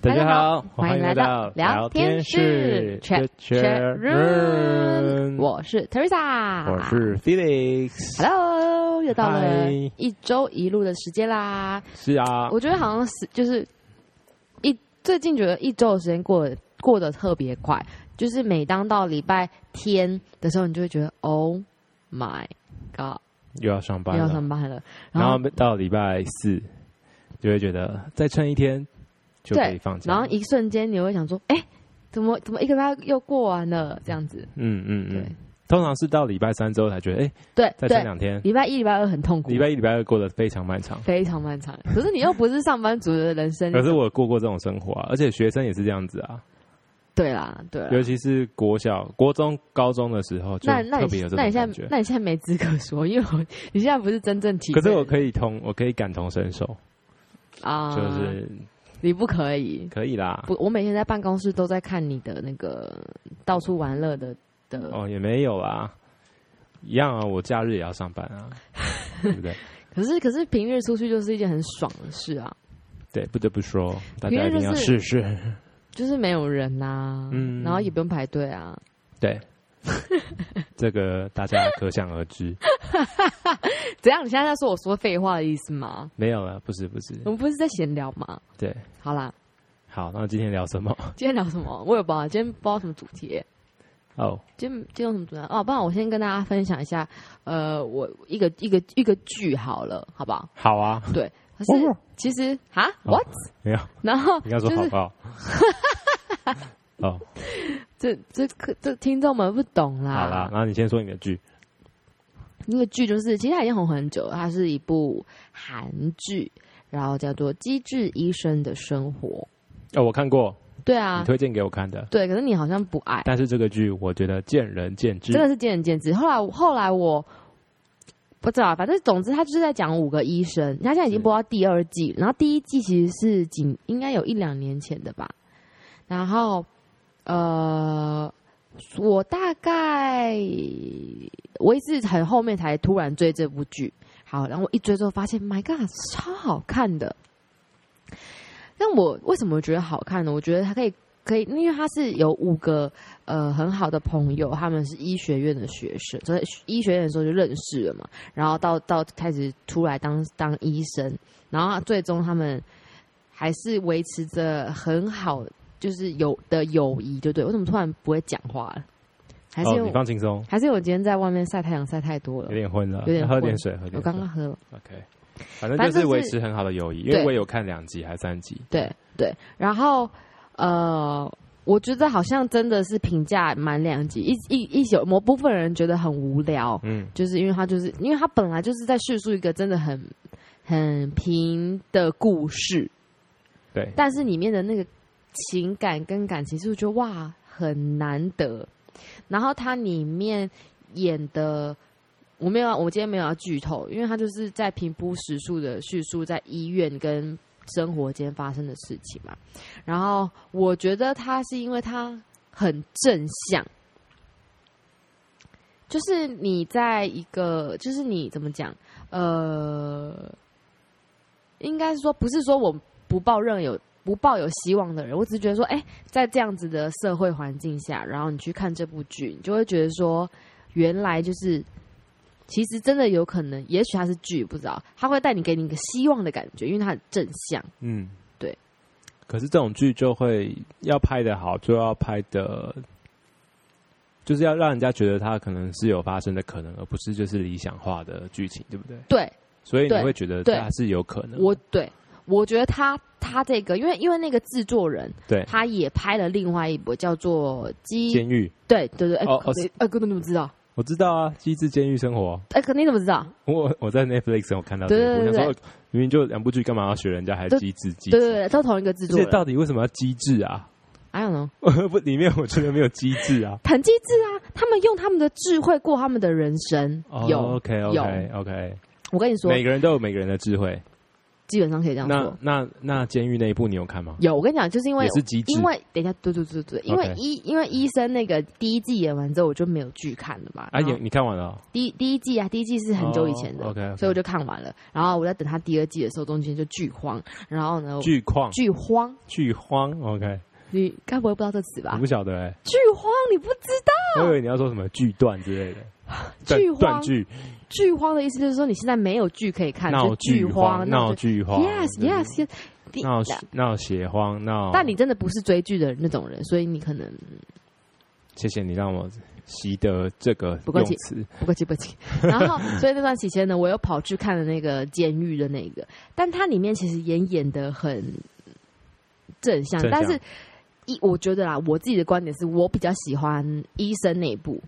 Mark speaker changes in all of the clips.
Speaker 1: 大家好，
Speaker 2: 欢迎来到聊天室
Speaker 1: Chat
Speaker 2: Chat Room
Speaker 1: 我是 Teresa，
Speaker 2: 我是 Felix。
Speaker 1: Hello，又到了
Speaker 2: 嗨
Speaker 1: 一周一路的时间啦。
Speaker 2: 是啊，
Speaker 1: 我觉得好像是就是一最近觉得一周的时间过得过得特别快，就是每当到礼拜天的时候，你就会觉得 Oh my God，
Speaker 2: 又要上
Speaker 1: 又
Speaker 2: 班
Speaker 1: 要
Speaker 2: 了，
Speaker 1: 上班了。
Speaker 2: 然后到礼拜四就会觉得再撑一天就可以
Speaker 1: 对
Speaker 2: 放，假，
Speaker 1: 然后一瞬间你会想说，哎、怎么怎么一个礼拜又过完了这样子？
Speaker 2: 嗯嗯
Speaker 1: 对
Speaker 2: 嗯，通常是到礼拜三之后才觉得，哎，
Speaker 1: 对
Speaker 2: 再撑
Speaker 1: 对，
Speaker 2: 两天，
Speaker 1: 礼拜一、礼拜二很痛苦，
Speaker 2: 礼拜一、礼拜二过得非常漫长。
Speaker 1: 非常漫长。可是你又不是上班族的人生，
Speaker 2: 可是我过过这种生活啊，而且学生也是这样子啊，
Speaker 1: 对啦，对啦。
Speaker 2: 尤其是国小、国中、高中的时候，就
Speaker 1: 那那
Speaker 2: 特别
Speaker 1: 你
Speaker 2: 有这
Speaker 1: 那
Speaker 2: 种
Speaker 1: 你现
Speaker 2: 感
Speaker 1: 在
Speaker 2: 觉。
Speaker 1: 那你现在没资格说，因为我你现在不是真正体
Speaker 2: 可
Speaker 1: 验。
Speaker 2: 是我可以同，我可以感同身受，
Speaker 1: 啊，
Speaker 2: 就是
Speaker 1: 你不可以。
Speaker 2: 可以啦。
Speaker 1: 不，我每天在办公室都在看你的那个到处玩乐的的。
Speaker 2: 哦，也没有啊，一样啊，我假日也要上班 啊，对不对？
Speaker 1: 可是可是平日出去就是一件很爽的事啊，
Speaker 2: 对，不得不说，大
Speaker 1: 平
Speaker 2: 家
Speaker 1: 日
Speaker 2: 一定要
Speaker 1: 就是
Speaker 2: 试试。
Speaker 1: 就是没有人呐、
Speaker 2: 嗯
Speaker 1: 然后也不用排队啊。
Speaker 2: 对，这个大家可想而 知。
Speaker 1: 怎样？你现在在说我说废话的意思吗？
Speaker 2: 没有了，不是不是
Speaker 1: 我，们不是在闲聊吗？
Speaker 2: 对。
Speaker 1: 好啦，
Speaker 2: 好，那今天聊什么？
Speaker 1: 今天聊什么？我也不知道，今天不知道什么主题耶、
Speaker 2: 哦，
Speaker 1: 今天今天有什么主题啊？哦，不然我先跟大家分享一下，呃，我一个一个一个剧好了，好不好？
Speaker 2: 好啊，
Speaker 1: 可是其实啊
Speaker 2: 哦
Speaker 1: ，what？
Speaker 2: 没有，
Speaker 1: 然后
Speaker 2: 应该说
Speaker 1: 就
Speaker 2: 好
Speaker 1: 是
Speaker 2: 不 好？哦，
Speaker 1: 这这这这听众们不懂
Speaker 2: 好啦，然后你先说你的剧。
Speaker 1: 那个剧就是其实它已经红很久了，它是一部韩剧，然后叫做《机智医生的生活》。
Speaker 2: 哦，我看过，
Speaker 1: 对
Speaker 2: 你
Speaker 1: 啊，
Speaker 2: 推荐给我看的，
Speaker 1: 对，可是你好像不爱，
Speaker 2: 但是这个剧我觉得见仁见智
Speaker 1: 真。的是见仁见智。后来后来我不知道，反正总之他就是在讲五个医生，他现在已经
Speaker 2: 是
Speaker 1: 播到第二季，然后第一季其实是几应该有一两年前的吧。然后呃，我大概我也是很后面才突然追这部剧，好，然后我一追之后发现，My God，超好看的。但我为什么觉得好看呢？我觉得它可以可以，因为它是有五个呃很好的朋友，他们是医学院的学生，所以医学院的时候就认识了嘛，然后到到开始出来当当医生，然后最终他们还是维持着很好就是友的友谊，对不对？我怎么突然不会讲话了？还是
Speaker 2: 哦，
Speaker 1: 因为
Speaker 2: 你
Speaker 1: 我、
Speaker 2: 放轻松，
Speaker 1: 还是因为我今天在外面晒太阳晒太多了
Speaker 2: 有，点昏了，
Speaker 1: 有点
Speaker 2: 喝
Speaker 1: 昏
Speaker 2: 点水，喝点水。
Speaker 1: 我刚刚喝了。
Speaker 2: OK，反正
Speaker 1: 反正
Speaker 2: 就是
Speaker 1: 就是
Speaker 2: 维持很好的友谊，因为
Speaker 1: 对
Speaker 2: 我有看两集还三集。
Speaker 1: 对对，然后呃，我觉得好像真的是评价蛮两极，一一一有某部分人觉得很无聊，
Speaker 2: 嗯，
Speaker 1: 就是因为他就是因为他本来就是在叙述一个真的很很平的故事，
Speaker 2: 对，
Speaker 1: 但是里面的那个情感跟感情，是不是觉得哇很难得？然后它里面演的，我没有要，我今天没有要剧透，因为它就是在平铺实述的叙述在医院跟生活间发生的事情嘛。然后我觉得他是因为他很正向。就是你在一个，就是你怎么讲，呃，应该是说不是说我不抱任有不抱有希望的人，我只是觉得说，哎、在这样子的社会环境下，然后你去看这部剧，你就会觉得说，原来就是其实真的有可能，也许它是剧，不知道，它会带你给你一个希望的感觉，因为它很正向。
Speaker 2: 嗯，
Speaker 1: 对。
Speaker 2: 可是这种剧就会要拍的好，就要拍的，就是要让人家觉得它可能是有发生的可能，而不是就是理想化的剧情，对不对？
Speaker 1: 对，
Speaker 2: 所以你
Speaker 1: 对
Speaker 2: 会觉得
Speaker 1: 对
Speaker 2: 它是有可能。
Speaker 1: 我对我觉得他他这个，因为因为那个制作人
Speaker 2: 对
Speaker 1: 他也拍了另外一部叫做《鸡》，
Speaker 2: 监狱，
Speaker 1: 对对对，哎、
Speaker 2: 哦哦
Speaker 1: 你哎哥、你怎么知道？
Speaker 2: 我知道啊，《机智监狱生活
Speaker 1: 哎、哥你怎么知道？》，
Speaker 2: 我我在 Netflix 上有看到这一部，
Speaker 1: 对对对对
Speaker 2: 我想说明明就两部剧，干嘛要学人家还
Speaker 1: 对
Speaker 2: 机智机
Speaker 1: 对对
Speaker 2: 智？
Speaker 1: 对，都同一个制
Speaker 2: 而
Speaker 1: 作
Speaker 2: 且
Speaker 1: 人。
Speaker 2: 到底为什么要机智啊？
Speaker 1: I don't know。
Speaker 2: 不，里面我觉得没有机智啊。
Speaker 1: 很机智啊！他们用他们的智慧过他们
Speaker 2: 哦
Speaker 1: 的人生。有，
Speaker 2: OK OK OK，
Speaker 1: 我跟你说，
Speaker 2: 每个人都有每个人的智慧，
Speaker 1: 基本上可以这样
Speaker 2: 那
Speaker 1: 说。
Speaker 2: 那那监狱那一部你有看吗？
Speaker 1: 有，我跟你讲，就是因为
Speaker 2: 也是极致
Speaker 1: 因为等一下，对对对对，因为
Speaker 2: OK
Speaker 1: 医因为医生那个第一季演完之后，我就没有剧看了嘛。
Speaker 2: 啊，哦
Speaker 1: 然后
Speaker 2: 演你看完了哦、
Speaker 1: 第一第一季啊，第一季是很久以前的，
Speaker 2: OK，,
Speaker 1: 所以我就看完了。然后我在等他第二季的时候，中间就剧荒，然后呢
Speaker 2: 剧况
Speaker 1: 剧荒，
Speaker 2: 剧荒，OK，
Speaker 1: 你该不会不知道这词
Speaker 2: 我
Speaker 1: 吧
Speaker 2: 不？晓得哎、
Speaker 1: 剧荒你不知
Speaker 2: 我以为你要说什么剧断之类的，断
Speaker 1: 剧荒
Speaker 2: 断剧
Speaker 1: 剧荒的意思就是说你现在没有剧可以看，
Speaker 2: 闹
Speaker 1: 就
Speaker 2: 剧
Speaker 1: 荒，那
Speaker 2: 闹
Speaker 1: 我就
Speaker 2: 剧荒
Speaker 1: Yes,
Speaker 2: 就是
Speaker 1: yes, yes. 第
Speaker 2: 闹闹血荒，闹。
Speaker 1: 但你真的不是追剧的那种人，所以你可能
Speaker 2: 谢谢你让我习得这个
Speaker 1: 不客
Speaker 2: 用
Speaker 1: 气
Speaker 2: 词，
Speaker 1: 不客气，不客 气。然后，所以那段期间呢，我又跑去看了那个监狱的那个，但它里面其实也演的很正向，
Speaker 2: 正向
Speaker 1: 但是一我觉得啦，我自己的观点是我比较喜欢医生那一部，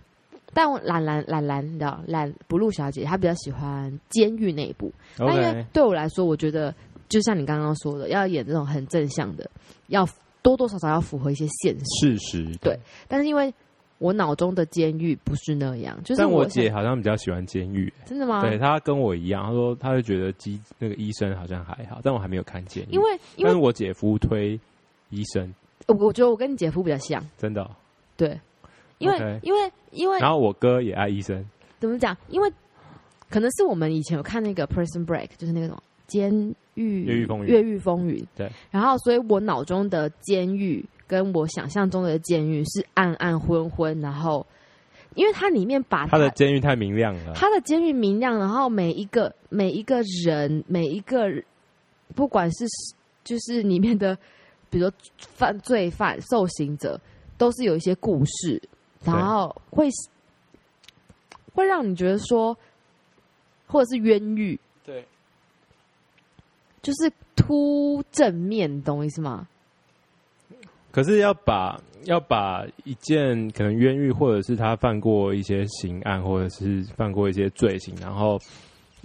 Speaker 1: 但我懒懒懒懒，你知道，懒不露小姐她比较喜欢监狱那一部。但因为
Speaker 2: OK，
Speaker 1: 对我来说，我觉得就像你刚刚说的，要演这种很正向的，要多多少少要符合一些现实。
Speaker 2: 事实
Speaker 1: 对。但是因为我脑中的监狱不是那样，就是
Speaker 2: 但我
Speaker 1: 想
Speaker 2: 姐好像比较喜欢监狱，
Speaker 1: 真的吗？
Speaker 2: 对她跟我一样，她说她就觉得医那个医生好像还好，但我还没有看监狱，
Speaker 1: 因为因
Speaker 2: 但
Speaker 1: 为
Speaker 2: 是我姐夫推医生，
Speaker 1: 我我觉得我跟你姐夫比较像，
Speaker 2: 真的哦、
Speaker 1: 对，因为
Speaker 2: OK
Speaker 1: 因为因为
Speaker 2: 然后我哥也爱医生，
Speaker 1: 怎么讲？因为可能是我们以前有看那个《Prison Break》，就是那个什么监狱
Speaker 2: 越狱风云
Speaker 1: 越狱风云
Speaker 2: 对。
Speaker 1: 然后，所以我脑中的监狱跟我想象中的监狱是暗暗昏昏，然后因为它里面把
Speaker 2: 他的监狱太明亮了，
Speaker 1: 他的监狱明亮，然后每一个每一个人每一个，不管是就是里面的，比如说犯罪犯、受刑者，都是有一些故事，然后会会让你觉得说，或者是冤狱，
Speaker 2: 对，
Speaker 1: 就是突正面，你懂我意思吗？
Speaker 2: 可是要把要把一件可能冤狱，或者是他犯过一些刑案，或者是犯过一些罪行，然后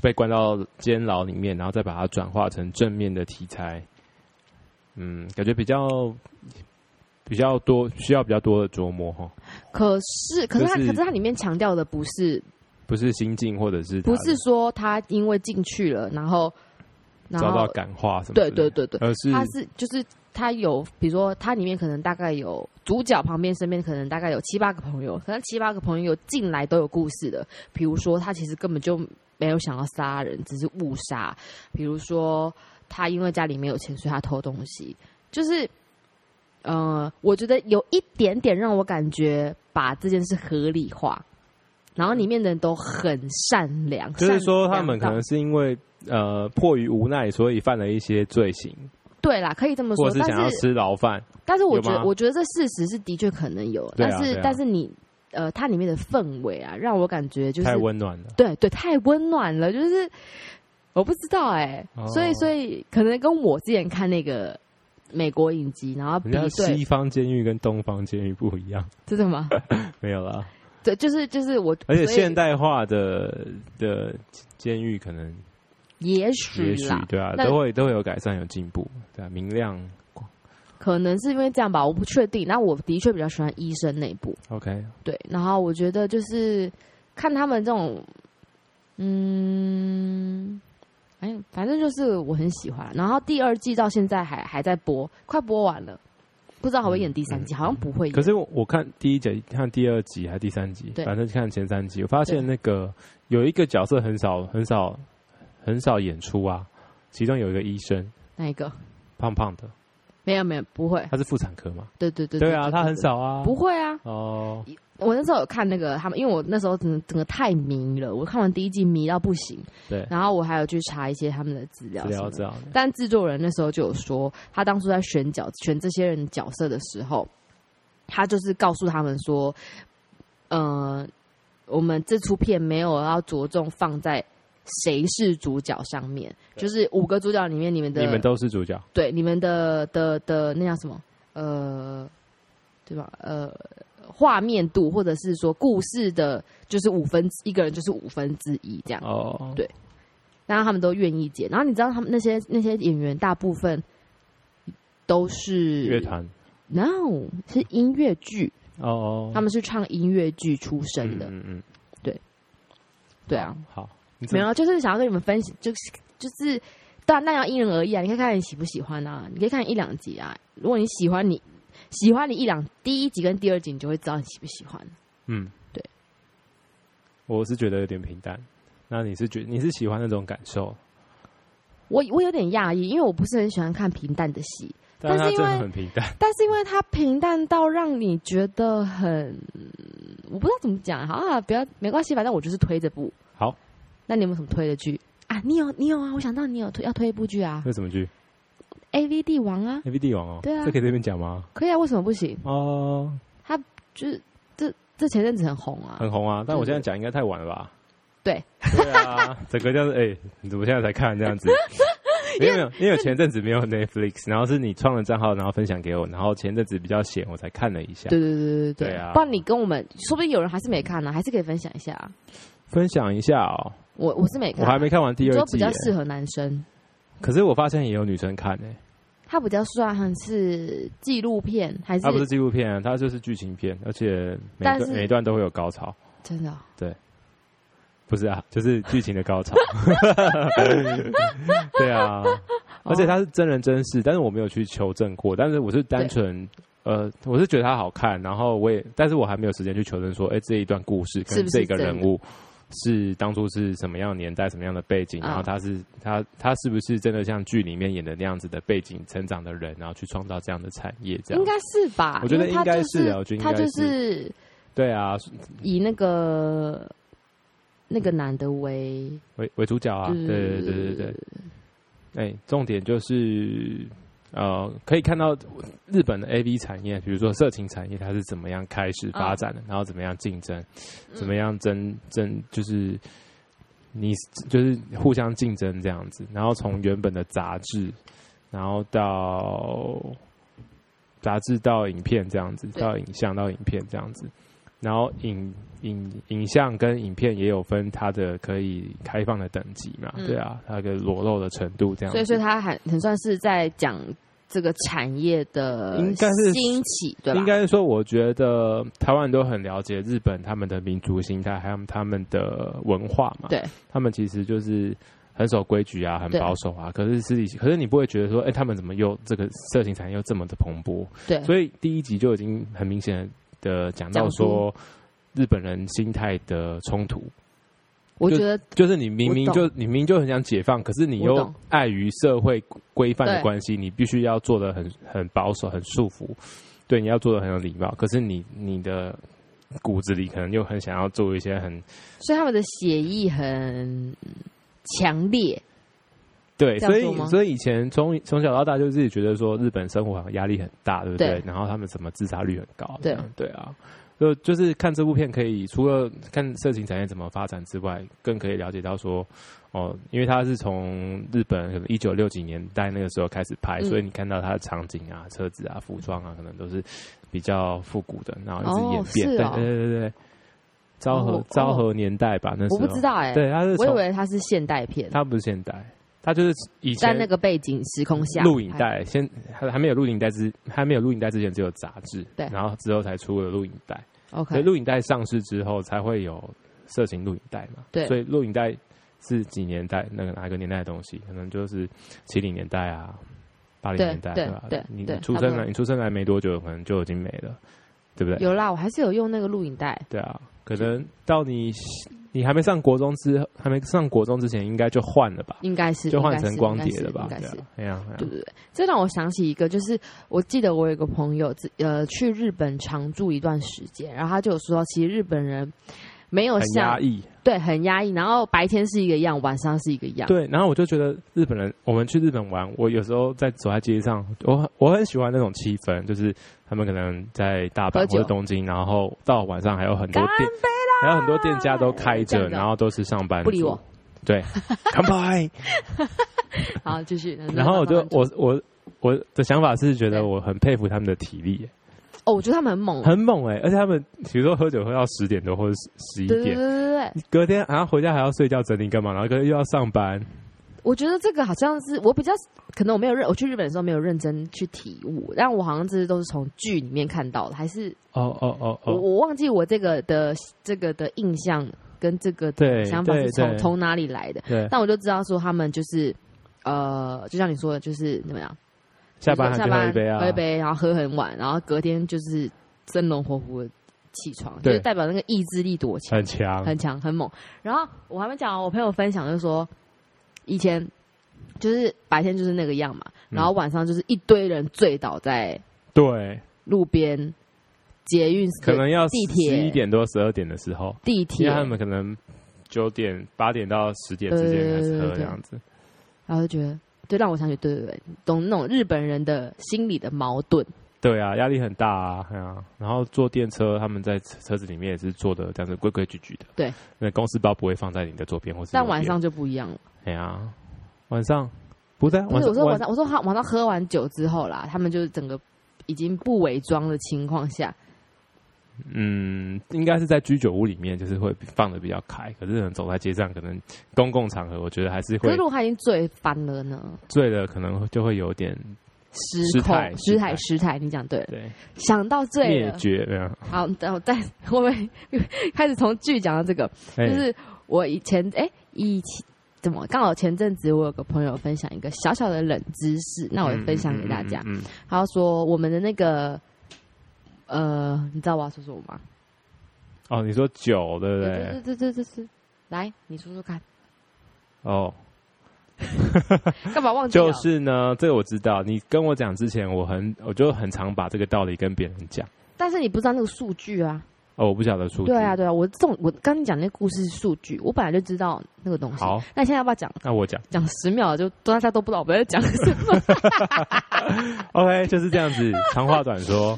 Speaker 2: 被关到监牢里面，然后再把它转化成正面的题材，嗯，感觉比较比较多，需要比较多的琢磨哈，
Speaker 1: 可是，可是他，
Speaker 2: 就是
Speaker 1: 可是他里面强调的不是
Speaker 2: 不是心境，或者是他
Speaker 1: 不
Speaker 2: 的
Speaker 1: 是说他因为进去了，然后然
Speaker 2: 遭到
Speaker 1: 后
Speaker 2: 感化什么之类的，
Speaker 1: 对对对对。
Speaker 2: 而是
Speaker 1: 它是就是它有，比如说它里面可能大概有主角旁边身边可能大概有七八个朋友，可能七八个朋友进来都有故事的。比如说他其实根本就没有想要杀人，只是误杀。比如说他因为家里没有钱，所以他偷东西。就是，呃，我觉得有一点点让我感觉把这件事合理化。然后里面的人都很善良，
Speaker 2: 就是
Speaker 1: 善
Speaker 2: 说他
Speaker 1: 良
Speaker 2: 们可
Speaker 1: 到
Speaker 2: 能是因为呃迫于无奈，所以犯了一些罪行，
Speaker 1: 对啦，可以这么说
Speaker 2: 或，者是
Speaker 1: 但
Speaker 2: 想要吃牢饭，
Speaker 1: 但是我觉
Speaker 2: 有
Speaker 1: 得，
Speaker 2: 吗
Speaker 1: 我觉得这事实是的确可能有，
Speaker 2: 对啊
Speaker 1: 但是、
Speaker 2: 对啊
Speaker 1: 但是你呃，它里面的氛围啊，让我感觉就是
Speaker 2: 太温暖了。
Speaker 1: 对对，太温暖了，就是我不知道哎、
Speaker 2: 哦
Speaker 1: 所以所以可能跟我之前看那个美国影集，然后比
Speaker 2: 人家
Speaker 1: 对
Speaker 2: 西方监狱跟东方监狱不一样，
Speaker 1: 真的吗？
Speaker 2: 没有啦。
Speaker 1: 对，就是就是我，
Speaker 2: 而且
Speaker 1: 所以
Speaker 2: 现代化的的监狱可能
Speaker 1: 也许
Speaker 2: 也许
Speaker 1: 啦，
Speaker 2: 对啊，
Speaker 1: 那
Speaker 2: 都会都会有改善有进步，对啊，明亮
Speaker 1: 可能是因为这样吧，我不确定。那我的确比较喜欢医生那一部，
Speaker 2: OK，
Speaker 1: 对，然后我觉得就是看他们这种，嗯，哎，反正就是我很喜欢。然后第二季到现在还还在播，快播完了，不知道还会演第三季，
Speaker 2: 嗯嗯
Speaker 1: 好像不会演。
Speaker 2: 可是我我看第一集、看第二集还是第三集，
Speaker 1: 对
Speaker 2: 反正看前三集，我发现那个有一个角色很少很少很少演出啊，其中有一个医生
Speaker 1: 哪一个？
Speaker 2: 胖胖的，
Speaker 1: 没有没有，不会。
Speaker 2: 他是妇产科嘛？
Speaker 1: 对对对
Speaker 2: 对啊，他很，少啊，
Speaker 1: 不会啊。
Speaker 2: 哦，
Speaker 1: 我那时候有看那个他们，因为我那时候整整个太迷了，我看完第一季迷到不行，
Speaker 2: 对，
Speaker 1: 然后我还有去查一些他们的资料
Speaker 2: 只
Speaker 1: 什么
Speaker 2: 聊
Speaker 1: 的
Speaker 2: 这样，
Speaker 1: 但制作人那时候就有说，他当初在选角选这些人角色的时候，他就是告诉他们说，呃，我们这出片没有要着重放在谁是主角上面，
Speaker 2: 对
Speaker 1: 就是五个主角里面你们的
Speaker 2: 你们都是主角，
Speaker 1: 对你们的的的那叫什么呃，对吧？呃，画面度或者是说故事的，就是五分之一个人就是五分之一这样。
Speaker 2: 哦，
Speaker 1: 对然后他们都愿意接。然后你知道他们那些那些演员大部分都是
Speaker 2: 乐团。
Speaker 1: ，no 是音乐剧，
Speaker 2: 哦，
Speaker 1: 他们是唱音乐剧出身的，
Speaker 2: 嗯哦嗯，
Speaker 1: 对啊，啊
Speaker 2: 好，你
Speaker 1: 没
Speaker 2: 怎么
Speaker 1: 啊有，就是想要跟你们分享，就是就是。但那要因人而异啊，你可以看你喜不喜欢啊，你可以看一两集啊。如果你喜欢你喜欢你一两第一集跟第二集，你就会知道你喜不喜欢。
Speaker 2: 嗯，
Speaker 1: 对。
Speaker 2: 我是觉得有点平淡。那你是觉你是喜欢那种感受？
Speaker 1: 我我有点讶异，因为我不是很喜欢看平淡的戏，
Speaker 2: 但
Speaker 1: 但
Speaker 2: 它
Speaker 1: 是因
Speaker 2: 真的
Speaker 1: 为
Speaker 2: 很平淡。
Speaker 1: 但是因为它平淡到让你觉得很，我不知道怎么讲，好啊，不要没关系，反正我就是推这部。
Speaker 2: 好，
Speaker 1: 那你有没有什么推的剧啊？你有你有啊，我想到你有推要推一部剧啊
Speaker 2: 那什么剧
Speaker 1: ，A V 帝王啊，
Speaker 2: ？A V 帝王哦，
Speaker 1: 对啊
Speaker 2: 这可以这边讲吗？
Speaker 1: 可以啊，为什么不行？
Speaker 2: 哦，
Speaker 1: 就是这这前阵子很红啊，
Speaker 2: 很红啊，但我现在
Speaker 1: 对对
Speaker 2: 讲应该太晚了吧？
Speaker 1: 对，
Speaker 2: 对啊，整个这样子，哎、你怎么现在才看这 样子？没有没有，因为我前阵子没有 Netflix，然后是你创了账号，然后分享给我，然后前阵子比较闲，我才看了一下。
Speaker 1: 对对对对
Speaker 2: 对啊
Speaker 1: 不然你跟我们，说不定有人还是没看呢、还是可以分享一下啊。
Speaker 2: 分享一下哦，
Speaker 1: 我我是没看
Speaker 2: 我
Speaker 1: 啊，
Speaker 2: 还没看完第
Speaker 1: 你
Speaker 2: 二
Speaker 1: 说
Speaker 2: 季
Speaker 1: 比
Speaker 2: 耶、
Speaker 1: 较适合男生，
Speaker 2: 可是我发现也有女生看欸诶、
Speaker 1: 他比较算是纪录片还是
Speaker 2: 啊它不是纪录片、它就是剧情片，而且每一
Speaker 1: 但
Speaker 2: 段
Speaker 1: 是
Speaker 2: 每一段都会有高潮，
Speaker 1: 真的哦、
Speaker 2: 不是 啊，就是剧情的高潮。对啊，
Speaker 1: 哦
Speaker 2: 而且它是真人真事，但是我没有去求证过，但是我是单纯。呃，我是觉得它好看，然后我也，但是我还没有时间去求证说，哎、这一段故事
Speaker 1: 是
Speaker 2: 跟
Speaker 1: 不
Speaker 2: 这
Speaker 1: 是
Speaker 2: 个
Speaker 1: 真的
Speaker 2: 人物是当初是什么样的年代、什么样的背景，
Speaker 1: 啊
Speaker 2: 然后他是他他是不是真的像剧里面演的那样子的背景成长的人，然后去创造这样的产业，这样
Speaker 1: 应该是吧？
Speaker 2: 我觉得
Speaker 1: 因为他
Speaker 2: 应该
Speaker 1: 就是
Speaker 2: 啊我觉得应
Speaker 1: 他
Speaker 2: 该
Speaker 1: 就是是
Speaker 2: 对啊，
Speaker 1: 以那个那个男的为
Speaker 2: 为为主角啊，
Speaker 1: 就是
Speaker 2: 对对对对对。哎、重点就是呃，可以看到日本的 A V 产业，比如说色情产业，它是怎么样开始发展的，然后怎么样竞争，怎么样争争，就是你就是互相竞争这样子，然后从原本的杂志，然后到杂志到影片这样子，
Speaker 1: 对
Speaker 2: 到影像到影片这样子，然后影影影像跟影片也有分它的可以开放的等级嘛，
Speaker 1: 嗯
Speaker 2: 对啊，它的裸露的程度这样
Speaker 1: 所
Speaker 2: 子，
Speaker 1: 以，所以他还很算是在讲这个产业的
Speaker 2: 应该是
Speaker 1: 兴起，对吧？
Speaker 2: 应该是说，我觉得台湾人都很了解日本他们的民族心态，还有他们的文化嘛。
Speaker 1: 对，
Speaker 2: 他们其实就是很守规矩啊，很
Speaker 1: 对
Speaker 2: 保守啊。可是私底下，可是你不会觉得说，哎、他们怎么又这个色情产业又这么的蓬勃？
Speaker 1: 对，
Speaker 2: 所以第一集就已经很明显的讲到
Speaker 1: 讲出
Speaker 2: 说，日本人心态的冲突，
Speaker 1: 我
Speaker 2: 就
Speaker 1: 觉得
Speaker 2: 就是你明明
Speaker 1: 我
Speaker 2: 就
Speaker 1: 懂
Speaker 2: 你明明就很想解放，可是你
Speaker 1: 我
Speaker 2: 又
Speaker 1: 懂
Speaker 2: 碍于社会规范的
Speaker 1: 对
Speaker 2: 关系，你必须要做的很很保守、很束缚，对，你要做的很有礼貌。可是你你的骨子里可能又很想要做一些很
Speaker 1: 所以他们的写意很强烈，
Speaker 2: 对，
Speaker 1: 这样
Speaker 2: 所
Speaker 1: 说
Speaker 2: 以
Speaker 1: 吗
Speaker 2: 所以以前从从小到大就自己觉得说日本生活好像压力很大，对不对？
Speaker 1: 对
Speaker 2: 然后他们什么自杀率很高，
Speaker 1: 对
Speaker 2: 这样对啊。就就是看这部片，可以除了看色情产业怎么发展之外，更可以了解到说，哦，因为它是从日本可能一九六几年代那个时候开始拍，
Speaker 1: 嗯
Speaker 2: 所以你看到它的场景啊、车子啊、服装啊，可能都是比较复古的，然后一直
Speaker 1: 哦
Speaker 2: 演变。
Speaker 1: 是哦
Speaker 2: 对对对对对，昭和、
Speaker 1: 哦
Speaker 2: 昭和年代吧，那时
Speaker 1: 我
Speaker 2: 候
Speaker 1: 不知道哎、
Speaker 2: 哦对，它是
Speaker 1: 我以
Speaker 2: 从
Speaker 1: 为它是现代片，
Speaker 2: 它不是现代，它就是以
Speaker 1: 在
Speaker 2: 前
Speaker 1: 那个背景时空下
Speaker 2: 录影带，先还还没有录影带之还没有录影带之前只有杂志，
Speaker 1: 对
Speaker 2: 然后之后才出了录影带，
Speaker 1: 拍，OK，
Speaker 2: 所以录影带上市之后才会有色情录影带嘛，
Speaker 1: 对
Speaker 2: 所以录影带是几年代那个哪个年代的东西，可能就是七零年代啊，八零
Speaker 1: 对
Speaker 2: 年代
Speaker 1: 对
Speaker 2: 吧？
Speaker 1: 对
Speaker 2: 你
Speaker 1: 对
Speaker 2: 你出
Speaker 1: 差
Speaker 2: 生
Speaker 1: 不多
Speaker 2: 来你出生来没多久，可能就已经没了，对不对？
Speaker 1: 有啦，我还是有用那个录影带，
Speaker 2: 对啊，可能到你你还没上国中之还没上国中之前，应该就换了吧？
Speaker 1: 应该是
Speaker 2: 就换
Speaker 1: 应该
Speaker 2: 成
Speaker 1: 是
Speaker 2: 光碟了吧
Speaker 1: 应？该
Speaker 2: 对
Speaker 1: 是。应该是哦
Speaker 2: 啊，哎呀，哎呀
Speaker 1: 对不对？这让我想起一个，就是我记得我有一个朋友，自呃，去日本常住一段时间，然后他就有说到，其实日本人没有
Speaker 2: 很压
Speaker 1: 像
Speaker 2: 抑。
Speaker 1: 对很压抑，然后白天是一个样，晚上是一个样，
Speaker 2: 对，然后我就觉得日本人，我们去日本玩，我有时候在走在街上，我很我很喜欢那种气氛，就是他们可能在大阪
Speaker 1: 喝
Speaker 2: 或
Speaker 1: 酒
Speaker 2: 者东京，然后到晚上还有很多
Speaker 1: 干
Speaker 2: 店，还有很多店家都开
Speaker 1: 这
Speaker 2: 着，
Speaker 1: 样子哦
Speaker 2: 然后都是上班族
Speaker 1: 不理我，
Speaker 2: 对，干杯。
Speaker 1: 好，继续。
Speaker 2: 然后我就
Speaker 1: 慢慢
Speaker 2: 我我我的想法是觉
Speaker 1: 对
Speaker 2: 得我很佩服他们的体力耶，
Speaker 1: 哦，我觉得他们很猛，
Speaker 2: 很猛哎、而且他们比如说喝酒喝到十点多或者十一
Speaker 1: 对对对
Speaker 2: 点，
Speaker 1: 对对，对
Speaker 2: 隔天然后回家还要睡觉整理干嘛，然后隔天又要上班，
Speaker 1: 我觉得这个好像是我比较可能我没有认我去日本的时候没有认真去体悟，但我好像这些都是从剧里面看到的，还是
Speaker 2: 哦哦哦
Speaker 1: 我
Speaker 2: 哦，
Speaker 1: 我忘记我这个的这个的印象跟这个
Speaker 2: 对
Speaker 1: 的想法
Speaker 2: 对
Speaker 1: 是从
Speaker 2: 对
Speaker 1: 从哪里来的。
Speaker 2: 对。
Speaker 1: 但我就知道说他们就是呃，就像你说的，就是怎么样，
Speaker 2: 下班还
Speaker 1: 下
Speaker 2: 可以喝
Speaker 1: 班
Speaker 2: 一杯啊，
Speaker 1: 喝一杯，然后喝很晚，然后隔天就是生龙活虎的起床，就
Speaker 2: 对
Speaker 1: 是代表那个意志力多强，
Speaker 2: 很强，
Speaker 1: 很强很猛。然后我还没讲哦，我朋友分享就是说，以前就是白天就是那个样嘛，
Speaker 2: 嗯
Speaker 1: 然后晚上就是一堆人醉倒在
Speaker 2: 对，
Speaker 1: 路边捷运，
Speaker 2: 可能要
Speaker 1: 地
Speaker 2: 十
Speaker 1: 铁
Speaker 2: 一点多十二点的时候，
Speaker 1: 地
Speaker 2: 因
Speaker 1: 铁，
Speaker 2: 为他们可能九点八点到十点之间开始
Speaker 1: 对对对
Speaker 2: 喝
Speaker 1: 对
Speaker 2: 这样子，
Speaker 1: 然后就觉得，对，让我想起，对对对，懂那种日本人的心理的矛盾，
Speaker 2: 对啊，压力很大啊，对啊。然后坐电车，他们在车车子里面也是坐的这样子规规矩矩的。
Speaker 1: 对，
Speaker 2: 那公司包不会放在你的左边或是右边。
Speaker 1: 但晚上就不一样了。
Speaker 2: 哎呀，晚上不是啊
Speaker 1: 不
Speaker 2: 晚
Speaker 1: 是，我
Speaker 2: 上
Speaker 1: 说晚上，我说他晚上喝完酒之后啦，他们就是整个已经不伪装的情况下，
Speaker 2: 嗯，应该是在居酒屋里面，就是会放的比较开。可是人走在街上，可能公共场合，我觉得还是
Speaker 1: 可
Speaker 2: 会
Speaker 1: 是如果他已经醉翻了呢？
Speaker 2: 醉了，可能就会有点失
Speaker 1: 失控
Speaker 2: 态，
Speaker 1: 失
Speaker 2: 失
Speaker 1: 态，
Speaker 2: 态
Speaker 1: 失态，你讲对了，
Speaker 2: 对
Speaker 1: 想到醉
Speaker 2: 灭
Speaker 1: 了。
Speaker 2: 绝这样。
Speaker 1: 好，等我再我们 开始从剧讲到这个，
Speaker 2: 哎
Speaker 1: 就是我以前哎、以前怎么刚好前阵子我有个朋友分享一个小小的冷知识，那我也分享给大家。
Speaker 2: 嗯嗯嗯嗯
Speaker 1: 他说我们的那个呃，你知道我要说什么吗？
Speaker 2: 哦，你说酒对不对？
Speaker 1: 对对对对对，来你说说看，
Speaker 2: 哦，
Speaker 1: 干嘛忘记啊
Speaker 2: 就
Speaker 1: 了？
Speaker 2: 是呢，这个我知道。你跟我讲之前，我很我就很常把这个道理跟别人讲。
Speaker 1: 但是你不知道那个数据啊？
Speaker 2: 哦，我不晓得数据。
Speaker 1: 对啊，对啊，我这种我刚你讲那个故事是数据，我本来就知道那个东西。
Speaker 2: 好，
Speaker 1: 那现在要不要讲
Speaker 2: 那我讲。
Speaker 1: 讲十秒就大家都不知道我们 在讲什么？
Speaker 2: OK，就是这样 子，长话短说。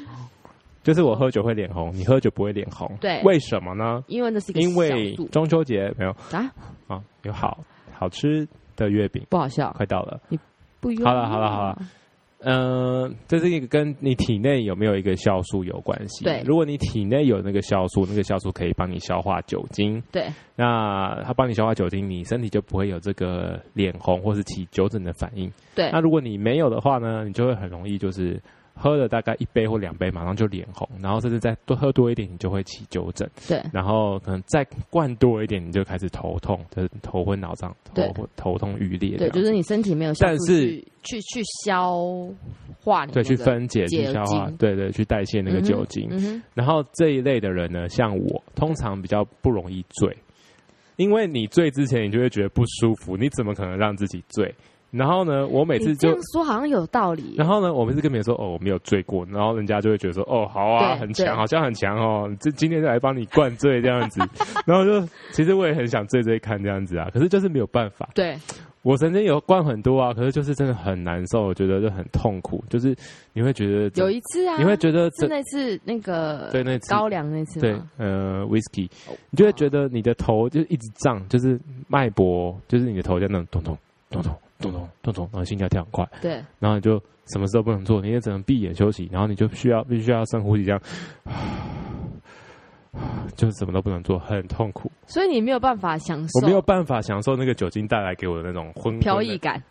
Speaker 2: 就是我喝酒会脸红，你喝酒不会脸红。
Speaker 1: 对
Speaker 2: 为什么呢？
Speaker 1: 因为那是一个
Speaker 2: 因为
Speaker 1: 小数
Speaker 2: 中秋节没有
Speaker 1: 啊，
Speaker 2: 啊，有好好吃的月饼，
Speaker 1: 不好笑，
Speaker 2: 快到了。
Speaker 1: 不用。啊
Speaker 2: 好了好了好了，嗯、这是一个跟你体内有没有一个酵素有关系。
Speaker 1: 对
Speaker 2: 如果你体内有那个酵素，那个酵素可以帮你消化酒精。
Speaker 1: 对，
Speaker 2: 那它帮你消化酒精，你身体就不会有这个脸红或是起酒疹的反应。
Speaker 1: 对
Speaker 2: 那如果你没有的话呢，你就会很容易就是喝了大概一杯或两杯，马上就脸红，然后甚至再多喝多一点，你就会起酒疹，
Speaker 1: 对
Speaker 2: 然后可能再灌多一点，你就开始头痛，就是头昏脑胀，头
Speaker 1: 对
Speaker 2: 昏头痛欲裂这
Speaker 1: 对，
Speaker 2: 样子。
Speaker 1: 就是你身体没有酵
Speaker 2: 但
Speaker 1: 素
Speaker 2: 是
Speaker 1: 去去去消化你
Speaker 2: 对
Speaker 1: 那
Speaker 2: 去
Speaker 1: 个，
Speaker 2: 分解、去
Speaker 1: 酒
Speaker 2: 消化
Speaker 1: 精，
Speaker 2: 对对，去代谢那个
Speaker 1: 嗯哼
Speaker 2: 酒精。
Speaker 1: 嗯哼，
Speaker 2: 然后这一类的人呢，像我，通常比较不容易醉，因为你醉之前你就会觉得不舒服，你怎么可能让自己醉？然后呢，我每
Speaker 1: 你
Speaker 2: 次
Speaker 1: 这
Speaker 2: 就
Speaker 1: 样，说好像有道理
Speaker 2: 然。后呢，我每次跟别人说哦，我没有醉过，然后人家就会觉得说哦，好啊，
Speaker 1: 对
Speaker 2: 很
Speaker 1: 对
Speaker 2: 强，好像很强哦，这今天就来帮你灌醉这 样子。然后就其实我也很想醉醉看这样子啊，可是就是没有办法。
Speaker 1: 对，
Speaker 2: 我曾经有灌很多啊，可是就是真的很难受，我觉得就很痛苦，就是你会觉得
Speaker 1: 有一次啊，
Speaker 2: 你会觉得
Speaker 1: 是
Speaker 2: 真
Speaker 1: 那次那个
Speaker 2: 对那次
Speaker 1: 高粱那次
Speaker 2: 对
Speaker 1: 吗，
Speaker 2: 呃，whisky，
Speaker 1: 哦
Speaker 2: 你就会觉得你的头就一直胀，就是脉搏，就是你的头在那种咚咚咚咚咚咚咚咚，然后心跳跳很快，
Speaker 1: 对
Speaker 2: 然后你就什么事都不能做，你也只能闭眼休息，然后你就需要必须要深呼吸，这样，就是什么都不能做，很痛苦。
Speaker 1: 所以你没有办法享受
Speaker 2: 我没有办法享受那个酒精带来给我的那种昏
Speaker 1: 飘
Speaker 2: 昏的
Speaker 1: 逸感，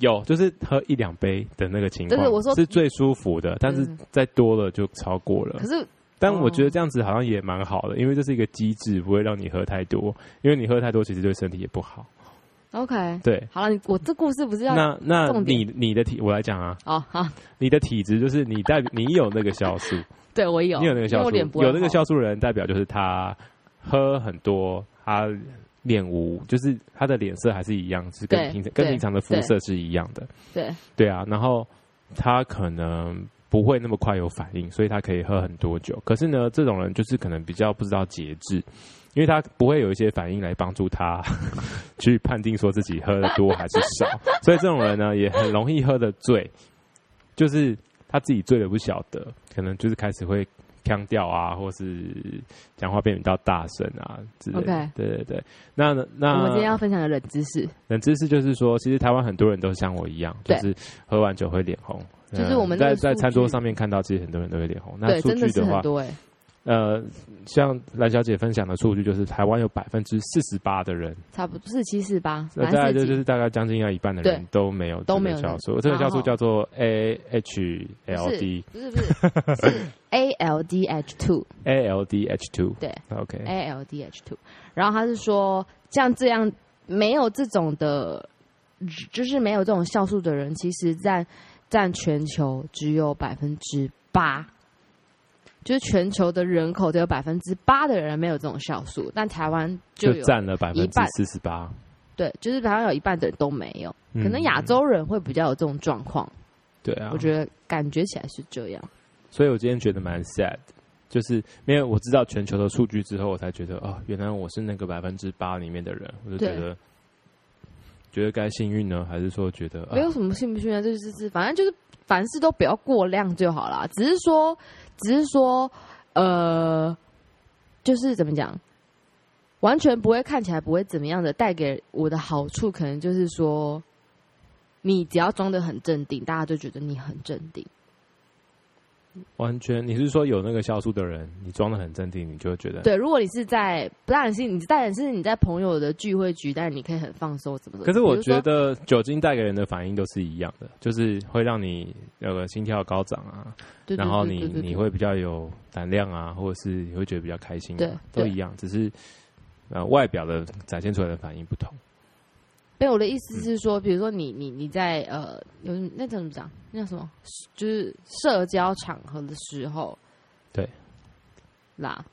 Speaker 2: 有，就是喝一两杯的那个情况，
Speaker 1: 对对我说
Speaker 2: 是最舒服的，但是
Speaker 1: 嗯
Speaker 2: 再多了就超过了
Speaker 1: 可。是
Speaker 2: 但我
Speaker 1: 哦
Speaker 2: 觉得这样子好像也蛮好的，因为这是一个机制，不会让你喝太多，因为你喝太多其实对身体也不好。
Speaker 1: OK，
Speaker 2: 对，
Speaker 1: 好了，你我这故事不是要
Speaker 2: 那那
Speaker 1: 重
Speaker 2: 你
Speaker 1: 点
Speaker 2: 你的体，我来讲啊，
Speaker 1: 哦好，
Speaker 2: 你的体质就是你代表你有那个酵素，
Speaker 1: 对我有，
Speaker 2: 你有那个
Speaker 1: 因为
Speaker 2: 酵
Speaker 1: 我脸
Speaker 2: 素，
Speaker 1: 不会
Speaker 2: 有那个
Speaker 1: 红
Speaker 2: 酵素的人代表就是他喝很多，他面无，就是他的脸色还是一样，是跟
Speaker 1: 对
Speaker 2: 平常跟
Speaker 1: 对
Speaker 2: 平常的肤色是一样的。
Speaker 1: 对
Speaker 2: 对啊，然后他可能不会那么快有反应，所以他可以喝很多酒。可是呢，这种人就是可能比较不知道节制，因为他不会有一些反应来帮助他去判定说自己喝的多还是 少，所以这种人呢也很容易喝的醉，就是他自己醉了不晓得，可能就是开始会。腔调啊，或是讲话变比较大声啊之类的。
Speaker 1: OK
Speaker 2: 对对对，那那
Speaker 1: 我们今天要分享的冷知识，
Speaker 2: 冷知识就是说，其实台湾很多人都像我一样，就
Speaker 1: 对
Speaker 2: 是喝完酒会脸红。
Speaker 1: 就是我们
Speaker 2: 在
Speaker 1: 那个
Speaker 2: 在
Speaker 1: 数
Speaker 2: 餐桌
Speaker 1: 据
Speaker 2: 上面看到，其实很多人都会脸红。那
Speaker 1: 对，
Speaker 2: 数
Speaker 1: 真的
Speaker 2: 据
Speaker 1: 是
Speaker 2: 话
Speaker 1: 很，多哎，
Speaker 2: 呃，像蓝小姐分享的数据，就是台湾有百分之四十八的人，
Speaker 1: 差不多是七四八，
Speaker 2: 那
Speaker 1: 反
Speaker 2: 呃大概
Speaker 1: 正
Speaker 2: 就
Speaker 1: 四
Speaker 2: 就是
Speaker 1: 几
Speaker 2: 大概将近要一半的人
Speaker 1: 对
Speaker 2: 都没有
Speaker 1: 都没有
Speaker 2: 这个酵
Speaker 1: 那
Speaker 2: 素。这个酵素
Speaker 1: 然后
Speaker 2: 叫做 AHLD
Speaker 1: 不是不是是 A L D H two
Speaker 2: ALDH two。
Speaker 1: 对哎
Speaker 2: OK，
Speaker 1: A L D H two，然后他是说像这样没有这种的就是没有这种酵素的人，其实占占全球只有百分之八，就是全球的人口只有百分之八的人没有这种酵素，但台湾就
Speaker 2: 就
Speaker 1: 有
Speaker 2: 占了百分
Speaker 1: 一
Speaker 2: 之
Speaker 1: 半
Speaker 2: 四十八，
Speaker 1: 对，就是台湾有一半的人都没有，
Speaker 2: 嗯
Speaker 1: 可能亚洲人会比较有这种状况，
Speaker 2: 对啊，
Speaker 1: 我觉得感觉起来是这样。
Speaker 2: 所以我今天觉得蛮 sad，就是因为我知道全球的数据之后，我才觉得哦，原来我是那个百分之八里面的人，我就觉得觉得该幸运呢，还是说觉得、啊
Speaker 1: 没有什么信不信任，这就是是，反正就是凡事都不要过量就好啦。只是说，只是说，呃，就是怎么讲，完全不会看起来不会怎么样的，带给我的好处可能就是说，你只要装的很镇定，大家就觉得你很镇定。
Speaker 2: 完全？你是说有那个酵素的人，你装的很镇定，你就会觉得。
Speaker 1: 对，如果你是在，当然是你，当然是你在朋友的聚会局，但你可以很放松，怎么怎么。
Speaker 2: 可是我
Speaker 1: 比如说
Speaker 2: 觉得酒精带给人的反应都是一样的，就是会让你那个心跳高涨啊，
Speaker 1: 对对
Speaker 2: 然后
Speaker 1: 对
Speaker 2: 你
Speaker 1: 对对
Speaker 2: 你
Speaker 1: 对
Speaker 2: 会比较有胆量啊，或者是你会觉得比较开心、
Speaker 1: 对
Speaker 2: 啊，都
Speaker 1: 对
Speaker 2: 一样，只是呃外表的展现出来的反应不同。
Speaker 1: 没有，我的意
Speaker 2: 嗯
Speaker 1: 思是说，比如说你你你在呃有那怎么讲？那叫什么？就是社交场合的时候，
Speaker 2: 对，
Speaker 1: 啦，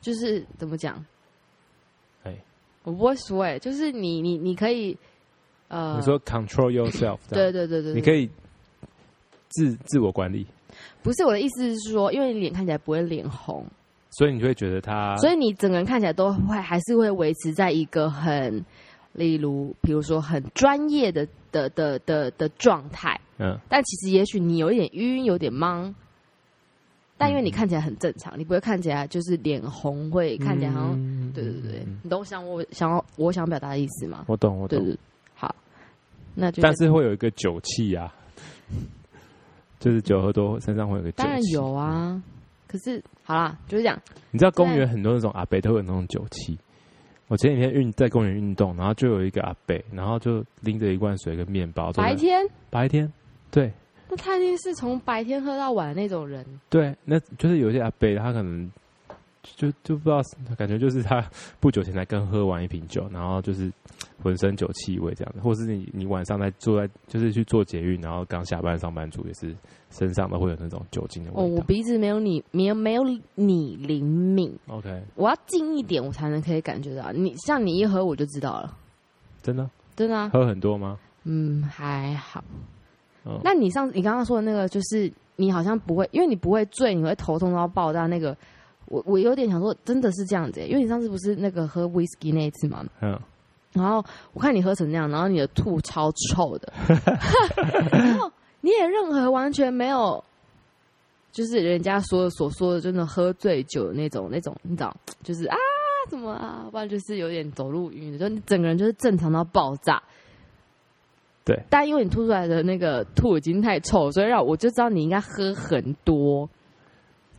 Speaker 1: 就是怎么讲？
Speaker 2: 哎
Speaker 1: 我不会说哎、就是你你你可以呃，
Speaker 2: 你说 control yourself，这样
Speaker 1: 对对对对，
Speaker 2: 你
Speaker 1: 以
Speaker 2: 可以自自我管理，
Speaker 1: 不是我的意思是说，因为你脸看起来不会脸红，
Speaker 2: 所以你就会觉得他，
Speaker 1: 所以你整个人看起来都会还是会维持在一个很，例如比如说很专业的的的的的状态。
Speaker 2: 嗯，
Speaker 1: 但其实也许你有一点晕，有点懵，但
Speaker 2: 嗯
Speaker 1: 因为你看起来很正常，你不会看起来就是脸红，会看起来好像、
Speaker 2: 嗯
Speaker 1: 对对对
Speaker 2: 嗯，
Speaker 1: 你懂我想我想要我想表达的意思吗？
Speaker 2: 我懂我
Speaker 1: 对
Speaker 2: 懂，
Speaker 1: 对，对好，那就
Speaker 2: 但是会有一个酒气啊， 就是酒喝多身上会有个酒气，
Speaker 1: 当然有啊，可是好啦，就是这样，
Speaker 2: 你知道公园很多那种阿伯都有那种酒气。我前几天运在公园运动，然后就有一个阿伯，然后就拎着一罐水跟面包，坐在
Speaker 1: 白天
Speaker 2: 白天，对
Speaker 1: 那他一定是从白天喝到晚的那种人，
Speaker 2: 对，那就是有些阿伯他可能就就不知道，感觉就是他不久前才刚喝完一瓶酒，然后就是浑身酒气味这样子，或是你你晚上在坐在就是去做捷运，然后刚下班上班族也是身上都会有那种酒精的
Speaker 1: 哦，
Speaker 2: 味
Speaker 1: 我
Speaker 2: 道。
Speaker 1: 鼻子没有你没有没有你灵敏，
Speaker 2: OK，
Speaker 1: 我要近一点我才能可以感觉到，你像你一喝我就知道了，
Speaker 2: 真的
Speaker 1: 真的、啊，
Speaker 2: 喝很多吗？
Speaker 1: 嗯，还好。
Speaker 2: 嗯，
Speaker 1: 那你上次你刚刚说的那个，就是你好像不会，因为你不会醉，你会头痛到爆炸。那个，我我有点想说，真的是这样子、欸，因为你上次不是那个喝 whisky 那一次嘛，
Speaker 2: 嗯，
Speaker 1: 然后我看你喝成那样，然后你的吐超臭的，然后你也任何完全没有，就是人家说的所说的，真的喝醉酒的那种那种，你知道，就是啊什么啊，不然就是有点走路晕的，就你整个人就是正常到爆炸。
Speaker 2: 对，
Speaker 1: 但因为你吐出来的那个吐已经太臭了，所以让我就知道你应该喝很多。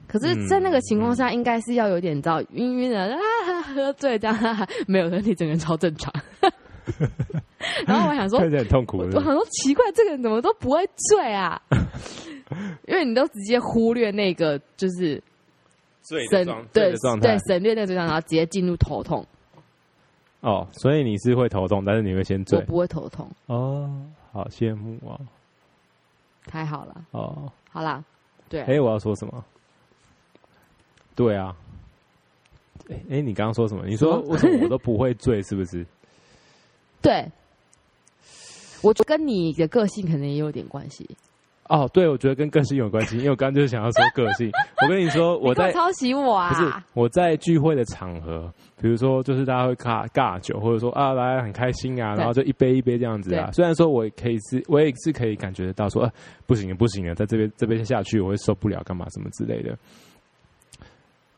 Speaker 1: 可是，在那个情况下，应该是要有点你知道晕晕的啊，喝醉这样，哈哈没有，你整个人超正常。然后我想说，
Speaker 2: 看起来很痛苦
Speaker 1: 我
Speaker 2: 是
Speaker 1: 我
Speaker 2: 不
Speaker 1: 想
Speaker 2: 是。
Speaker 1: 说奇怪，这个人怎么都不会醉啊？因为你都直接忽略那个就是
Speaker 2: 醉
Speaker 1: 省
Speaker 2: 醉
Speaker 1: 对
Speaker 2: 的状态
Speaker 1: 对省略那个状态，然后直接进入头痛。
Speaker 2: 哦，所以你是会头痛，但是你会先
Speaker 1: 我
Speaker 2: 醉
Speaker 1: 不会头痛，
Speaker 2: 哦，好羡慕哦
Speaker 1: 太好了，
Speaker 2: 哦，
Speaker 1: 好啦，对，
Speaker 2: 哎、我要说什么？对啊，哎、哎你刚刚说什么？你说
Speaker 1: 什么
Speaker 2: 为什么我都不会醉，是不是？
Speaker 1: 对，我觉得跟你的个性可能也有点关系。
Speaker 2: 哦，对，我觉得跟个性有关系，因为我刚刚就是想要说个 性。我跟你说，我
Speaker 1: 你干
Speaker 2: 在
Speaker 1: 嘛抄袭我啊！
Speaker 2: 不是我在聚会的场合，比如说就是大家会尬尬酒，或者说啊大家很开心啊，
Speaker 1: 对
Speaker 2: 然后就一杯一杯这样子啊。
Speaker 1: 对
Speaker 2: 虽然说我也可以是，我也是可以感觉得到说，啊、不行了不行了，在这边这边下去我会受不了，干嘛什么之类的。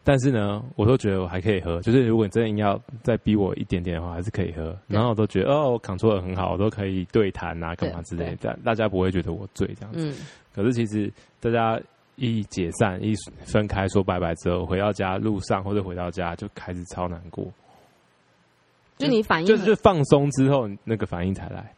Speaker 2: 但是呢，我都觉得我还可以喝，就是如果你真的硬要再逼我一点点的话，还是可以喝。
Speaker 1: 对
Speaker 2: 然后我都觉得哦，我 control 得很好，我都可以对谈啊，干嘛之类的，但大家不会觉得我醉这样子。
Speaker 1: 嗯，
Speaker 2: 可是其实大家一解散、一分开说拜拜之后，回到家路上或者回到家就开始超难过，
Speaker 1: 就你反应
Speaker 2: 就
Speaker 1: 很
Speaker 2: 是就放松之后那个反应才来，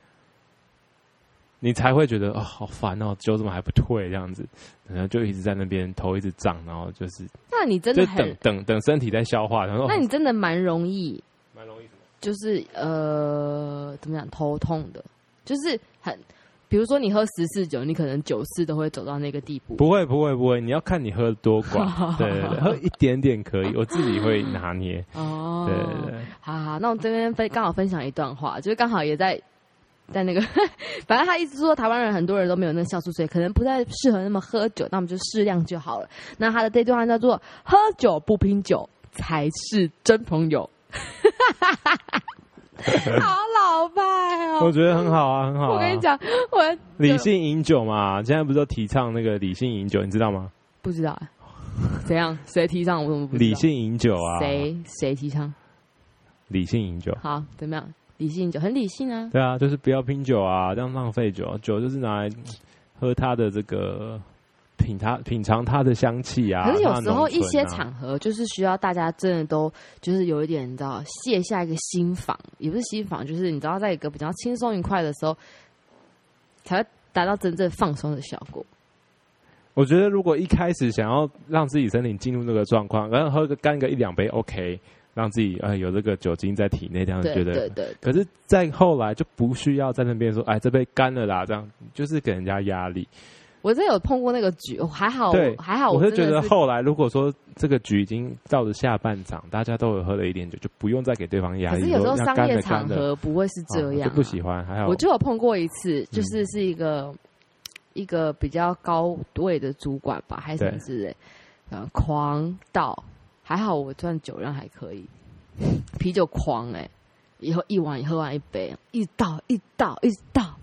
Speaker 2: 你才会觉得哦好烦哦，酒怎么还不退这样子，然后就一直在那边头一直胀，然后就是
Speaker 1: 那你真
Speaker 2: 就
Speaker 1: 的
Speaker 2: 等
Speaker 1: 很，
Speaker 2: 等等身体在消化，然后
Speaker 1: 那你真的蛮容易，
Speaker 2: 蛮容易什么？
Speaker 1: 就是呃，怎么讲头痛的，就是很，比如说你喝十四酒，你可能九次都会走到那个地步。
Speaker 2: 哦不会不会不会，你要看你喝多 寡，对对对，喝一点点可以，我自己会拿捏，
Speaker 1: 哦
Speaker 2: 对对对，
Speaker 1: 好好，那我这边分刚好分享一段话，就是刚好也在在那个， 反正他意思说台湾人很多人都没有那个酵素水，可能不太适合那么喝酒，那我们就适量就好了。那他的这段话叫做“喝酒不拼酒才是真朋友”， 好老派
Speaker 2: 我
Speaker 1: 哦！
Speaker 2: 觉得很好啊，很好、啊。
Speaker 1: 我跟你，讲，我
Speaker 2: 理性饮酒嘛，现在不是都提倡那个理性饮酒，你知道吗？
Speaker 1: 不知道啊怎样谁提倡，我怎么不知道
Speaker 2: 理性饮酒啊，
Speaker 1: 谁谁提倡？
Speaker 2: 理性饮酒。
Speaker 1: 好，怎么样？理性就很理性啊，
Speaker 2: 对啊，就是不要拼酒啊，这样浪费酒。酒就是拿来喝它的这个品它品尝它的香气啊。
Speaker 1: 可是有
Speaker 2: 它的
Speaker 1: 时候
Speaker 2: 浓醇
Speaker 1: 一些
Speaker 2: 啊
Speaker 1: 场合就是需要大家真的都就是有一点你知道卸下一个心防，也不是心防，就是你知道在一个比较轻松愉快的时候，才会达到真正放松的效果。
Speaker 2: 我觉得如果一开始想要让自己身体进入这个状况，然后喝个干个一两杯 OK，让自己呃有这个酒精在体内，这样嗯
Speaker 1: 对
Speaker 2: 觉
Speaker 1: 对
Speaker 2: 得。
Speaker 1: 对，
Speaker 2: 可是再后来就不需要在那边说，哎，这杯干了啦，这样就是给人家压力。
Speaker 1: 我真的有碰过那个局，我还好
Speaker 2: 对
Speaker 1: 还好，
Speaker 2: 我
Speaker 1: 啊真
Speaker 2: 是
Speaker 1: 的
Speaker 2: 觉得
Speaker 1: 是
Speaker 2: 后来如果说这个局已经到了下半场，大家都有喝了一点酒，就不用再给对方压
Speaker 1: 可
Speaker 2: 力。
Speaker 1: 是有时候
Speaker 2: 说要
Speaker 1: 商
Speaker 2: 干
Speaker 1: 业
Speaker 2: 的干
Speaker 1: 场
Speaker 2: 的
Speaker 1: 合不会是
Speaker 2: 啊
Speaker 1: 这
Speaker 2: 我
Speaker 1: 样、
Speaker 2: 就不喜欢。还好
Speaker 1: 我就有碰过一次，就是是一个、一个比较高位的主管吧，还是什么之类，呃，狂倒，还好我算酒量还可以，啤酒狂哎、以后一碗喝完一杯，一直倒一直倒一直倒，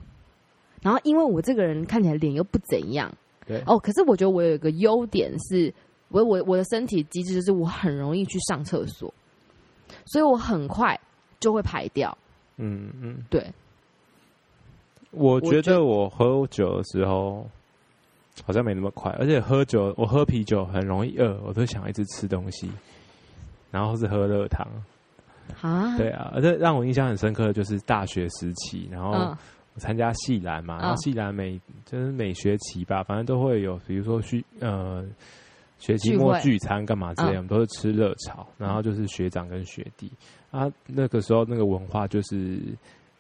Speaker 1: 然后因为我这个人看起来脸又不怎样，
Speaker 2: 对
Speaker 1: 哦，可是我觉得我有一个优点是，我我我的身体机制就是我很容易去上厕所，所以我很快就会排掉，
Speaker 2: 嗯嗯，
Speaker 1: 对。
Speaker 2: 我
Speaker 1: 我
Speaker 2: 觉
Speaker 1: 觉
Speaker 2: 得我喝酒的时候好像没那么快，而且喝酒我喝啤酒很容易饿，我都想一直吃东西，然后是喝热汤。
Speaker 1: 啊，
Speaker 2: 对啊，而且让我印象很深刻的就是大学时期，然后
Speaker 1: 嗯，
Speaker 2: 我参加系篮嘛，
Speaker 1: 嗯
Speaker 2: 然后系篮每就是每学期吧，反正都会有，比如说去呃学期末
Speaker 1: 聚
Speaker 2: 聚餐干嘛之类，
Speaker 1: 嗯
Speaker 2: 我们都是吃热炒，然后就是学长跟学弟啊，那个时候那个文化就是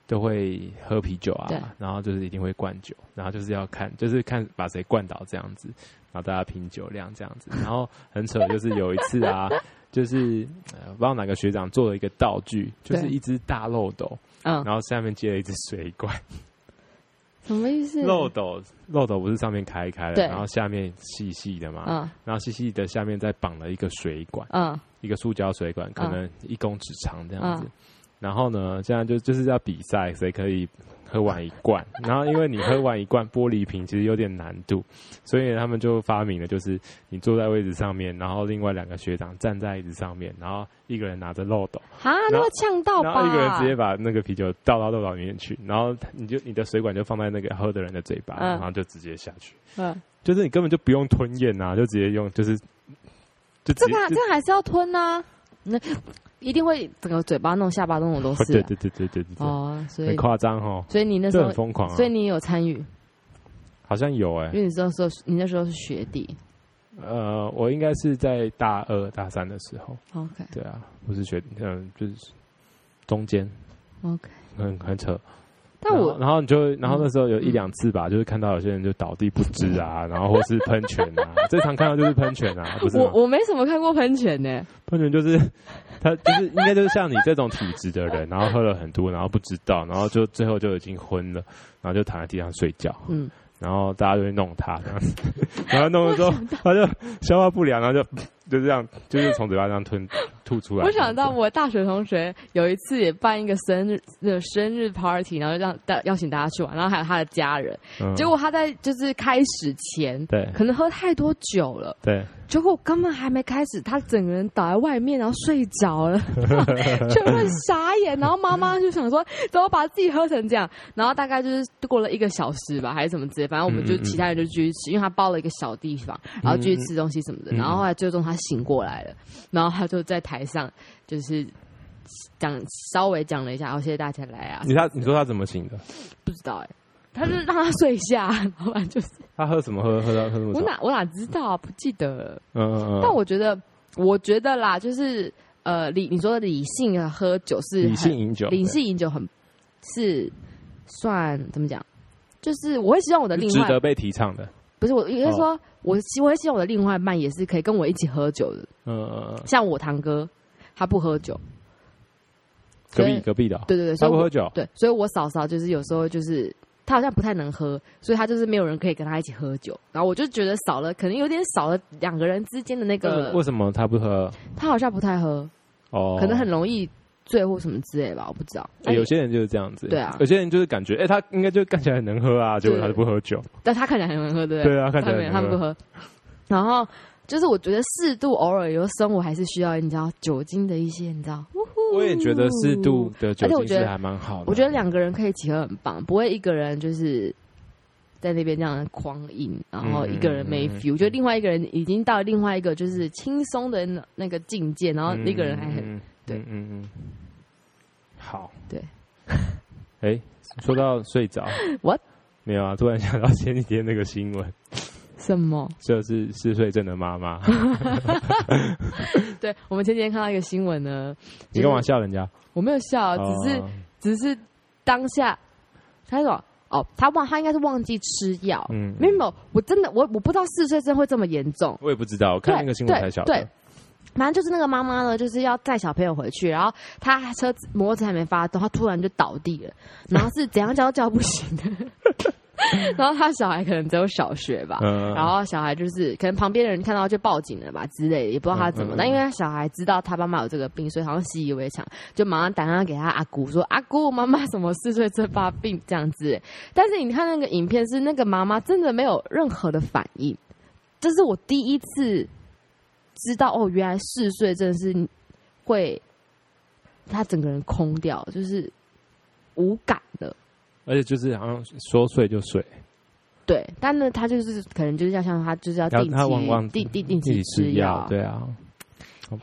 Speaker 2: 都会喝啤酒
Speaker 1: 对
Speaker 2: 啊，然后就是一定会灌酒，然后就是要看就是看把谁灌倒这样子，然后大家拼酒量这样子，然后很扯，就是有一次啊。 就是呃，不知道哪个学长做了一个道具，就是
Speaker 1: 对
Speaker 2: 一只大漏斗，
Speaker 1: 嗯，
Speaker 2: 然后下面接了一只水管，
Speaker 1: 什么意思？
Speaker 2: 漏斗，漏斗不是上面开一开
Speaker 1: 对
Speaker 2: 的，然后下面细细的嘛，
Speaker 1: 嗯
Speaker 2: 然后细细的下面再绑了一个水管，
Speaker 1: 嗯
Speaker 2: 一个塑胶水管，可能一公尺长这样子。
Speaker 1: 嗯
Speaker 2: 然后呢，现在就就是要比赛谁可以喝完一 罐。然后因为你喝完一罐玻璃瓶其实有点难度，所以他们就发明了，就是你坐在位置上面，然后另外两个学长站在椅子上面，然后一个人拿着漏斗，
Speaker 1: 啊，那会呛到
Speaker 2: 然后
Speaker 1: 吧？
Speaker 2: 一个人直接把那个啤酒倒到漏斗里面去，然后你就你的水管就放在那个喝的人的嘴巴，
Speaker 1: 嗯
Speaker 2: 然后就直接下去。
Speaker 1: 嗯，
Speaker 2: 就是你根本就不用吞咽啊，就直接用，就是就直
Speaker 1: 这
Speaker 2: 接
Speaker 1: 个啊这个还是要吞呐，那一定会整个嘴巴弄、下巴弄的都
Speaker 2: 哦
Speaker 1: 是
Speaker 2: 对
Speaker 1: 啊
Speaker 2: 对对对对对对，
Speaker 1: 哦，所
Speaker 2: 很
Speaker 1: 以
Speaker 2: 夸张哦，
Speaker 1: 所以你那时
Speaker 2: 这
Speaker 1: 候
Speaker 2: 很，疯狂啊
Speaker 1: 所以，你有参与，
Speaker 2: 好像有哎
Speaker 1: 因，为你那时候你那时候是学弟
Speaker 2: 呃，我应该是在大二大三的时候，
Speaker 1: ，OK
Speaker 2: 对啊，不是学，嗯，就是中间
Speaker 1: OK，
Speaker 2: 很很扯，
Speaker 1: 但
Speaker 2: 然后
Speaker 1: 我
Speaker 2: 然后你就，然后那时候有一
Speaker 1: 嗯
Speaker 2: 两次吧，就是看到有些人就倒地不知 啊，然后或是喷泉啊，最常看到就是喷泉啊，不是吗？
Speaker 1: 我我没什么看过喷泉呢，
Speaker 2: 喷泉就是他就是应该就是像你这种体质的人，然后喝了很多，然后不知道，然后就最后就已经昏了，然后就躺在地上睡觉，
Speaker 1: 嗯，
Speaker 2: 然后大家就会弄他这样子， 然后弄了之后他就消化不良，然后就就这样就是从嘴巴上吞吐出来。
Speaker 1: 我想到我大学同学有一次也办一个生日那个生日 party，然后让大邀请大家去玩，然后还有他的家人，
Speaker 2: 嗯
Speaker 1: 结果他在就是开始前，
Speaker 2: 对
Speaker 1: 可能喝太多酒了，
Speaker 2: 对，
Speaker 1: 结果根本还没开始，他整个人倒在外面，然后睡着 了，全部人傻眼。然后妈妈就想说，怎么把自己喝成这样？然后大概就是过了一个小时吧，还是什么之类，反正我们
Speaker 2: 嗯
Speaker 1: 就
Speaker 2: 嗯嗯
Speaker 1: 其他人就继续吃，因为他包了一个小地方，然后继续吃东西什么的。
Speaker 2: 嗯嗯
Speaker 1: 然后后来最终他醒过来了，然后他就在台上就是讲稍微讲了一下，然后谢谢大家来啊，
Speaker 2: 你他你说他怎么醒的？
Speaker 1: 不知道哎、他就让他睡一下，老板就是
Speaker 2: 他喝什么喝喝到喝什么
Speaker 1: 我
Speaker 2: 酒？
Speaker 1: 哪我哪知道啊，不记得了。
Speaker 2: 嗯嗯嗯，
Speaker 1: 但我觉得，我觉得啦，就是啊呃，理你说的理性的喝酒是
Speaker 2: 理性
Speaker 1: 很
Speaker 2: 饮酒，
Speaker 1: 理性饮酒很是算怎么讲？就是我会希望我的另
Speaker 2: 值
Speaker 1: 外
Speaker 2: 得哦被提倡的。
Speaker 1: 不是我，应该说，我希我会希望我的另外一半也是可以跟我一起喝酒的。
Speaker 2: 嗯，
Speaker 1: 像我堂哥，他不喝酒，
Speaker 2: 隔
Speaker 1: 所以
Speaker 2: 壁隔壁的哦，
Speaker 1: 对对对，
Speaker 2: 他
Speaker 1: 所以
Speaker 2: 不
Speaker 1: 我
Speaker 2: 喝酒，
Speaker 1: 对，所以我嫂嫂就是有时候就是她好像不太能喝，所以她就是没有人可以跟她一起喝酒。然后我就觉得少了，可能有点少了两个人之间的那个
Speaker 2: 嗯，为什么他不喝？
Speaker 1: 她好像不太喝，
Speaker 2: 哦，
Speaker 1: 可能很容易醉或什么之类吧，我不知道。哎
Speaker 2: 欸有些人就是这样子，
Speaker 1: 对啊
Speaker 2: 有些人就是感觉，哎、他应该就看起来很能喝啊，结
Speaker 1: 对
Speaker 2: 果他就不喝酒，
Speaker 1: 但她看起来很能喝，对不对？
Speaker 2: 对啊看起来
Speaker 1: 没有，
Speaker 2: 很
Speaker 1: 他
Speaker 2: 能
Speaker 1: 们不喝。然后就是我觉得适度偶尔有时候生活还是需要你知道酒精的一些你知道，呜呼
Speaker 2: 我也觉得适度的酒
Speaker 1: 而且我
Speaker 2: 精
Speaker 1: 觉得
Speaker 2: 是还蛮好的，
Speaker 1: 我觉得两个人可以一起喝很棒，不会一个人就是在那边这样狂饮，然后一个人没
Speaker 2: 嗯嗯嗯
Speaker 1: feel、我觉得另外一个人已经到另外一个就是轻松的那那个境界，然后
Speaker 2: 嗯
Speaker 1: 一个人还很、
Speaker 2: 嗯
Speaker 1: 对
Speaker 2: 嗯嗯嗯嗯好，
Speaker 1: 对，
Speaker 2: 哎、说到睡着
Speaker 1: What？
Speaker 2: 没有啊，突然想到前几天那个新闻，
Speaker 1: 什么？
Speaker 2: 就是嗜睡症的妈 妈，
Speaker 1: 对我们前几天看到一个新闻呢，
Speaker 2: 你干嘛笑人家？
Speaker 1: 我没有笑，只是、
Speaker 2: 哦
Speaker 1: 只是当下他说哦，他忘他应该是忘记吃药，
Speaker 2: 嗯
Speaker 1: 没有没有，我真的我我不知道嗜睡症会这么严重，
Speaker 2: 我也不知道，我看那个新闻才晓得，
Speaker 1: 对对反正就是那个妈妈呢，就是要载小朋友回去，然后她车子摩托车还没发动，她突然就倒地了，然后是怎样叫都叫不醒的。 然后她小孩可能只有小学吧，
Speaker 2: 嗯
Speaker 1: 然后小孩就是可能旁边的人看到就报警了吧之类的，也不知道他怎
Speaker 2: 嗯
Speaker 1: 么。
Speaker 2: 嗯嗯
Speaker 1: 但因为他小孩知道他妈妈有这个病，所以好像习以为常，就马上打电话给他阿姑说：“阿姑，妈妈什么四岁症发病这样子。”但是你看那个影片，是那个妈妈真的没有任何的反应，这是我第一次知道哦，原来嗜睡症是会他整个人空掉，就是无感的。
Speaker 2: 而且就是好像说睡就睡，
Speaker 1: 对，但呢，他就是可能就是要像他就是要
Speaker 2: 他
Speaker 1: 定期
Speaker 2: 他往往
Speaker 1: 定定定
Speaker 2: 自己
Speaker 1: 期吃
Speaker 2: 吃药，对啊，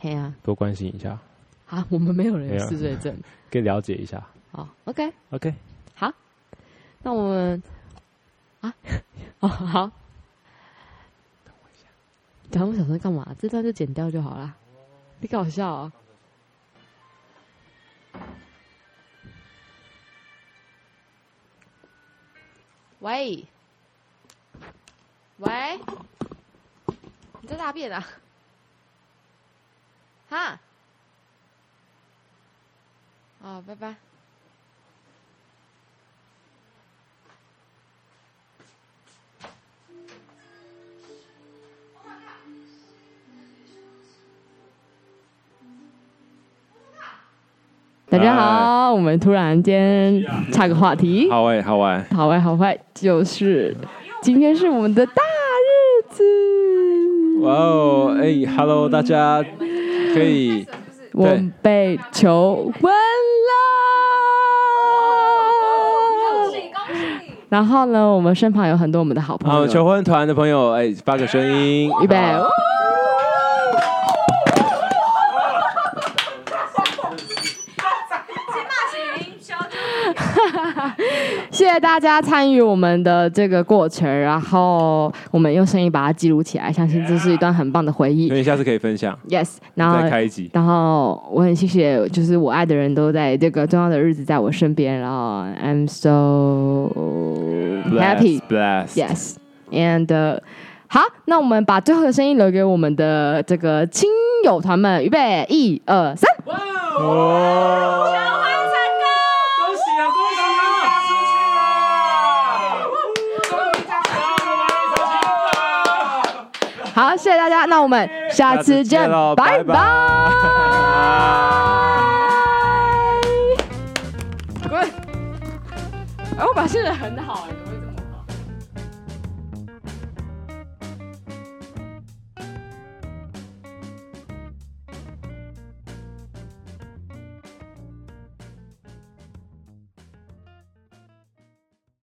Speaker 1: 嘿呀
Speaker 2: 多关心一下，
Speaker 1: 啊，我们没有人
Speaker 2: 没
Speaker 1: 有
Speaker 2: 有
Speaker 1: 嗜睡症。
Speaker 2: 可以了解一下
Speaker 1: 好，OK，
Speaker 2: ，OK。
Speaker 1: 那我们啊， 哦好，等我想说干嘛？这段就剪掉就好啦。你搞笑啊、喂，喂，你在大便啊？哈？哦，拜拜。大家好，我们突然间岔个话题，
Speaker 2: 好哎，好哎，
Speaker 1: 好坏好坏，就是今天是我们的大日子，
Speaker 2: 哇哦，哎，Hello，大家可以，
Speaker 1: 我们被求婚
Speaker 3: 恭
Speaker 1: 了。
Speaker 3: 喜恭喜！
Speaker 1: 然后呢，我们身旁有很多我们的好朋
Speaker 2: 好，
Speaker 1: 友，
Speaker 2: 啊求婚团的朋友，哎，发个声音，
Speaker 1: 预备。
Speaker 3: 大型营销就
Speaker 1: 谢谢大家参与我们的这个过程，然后我们用声音把它记录起来，相信这是一段很棒的回忆
Speaker 2: 所。以下次可以分享，
Speaker 1: Yes，然后
Speaker 2: 再开一集。
Speaker 1: 然后我很谢谢，就是我爱的人都在这个重要的日子在我身边，然后 I'm so happy。
Speaker 2: bless，
Speaker 1: Yes and、好，uh，那我们把最后的声音留给我们的这个亲友团们，预备，一二三，
Speaker 2: 哦，
Speaker 3: 成婚成功，
Speaker 4: 恭喜啊，恭喜啊！嫁出去了，终于嫁出去了，
Speaker 1: 好，谢谢大家，那我们下次见，
Speaker 2: 喽，
Speaker 1: 拜
Speaker 2: 拜
Speaker 1: 拜。
Speaker 2: 拜
Speaker 4: 啊
Speaker 1: 滚！哎、我表现的很好哎、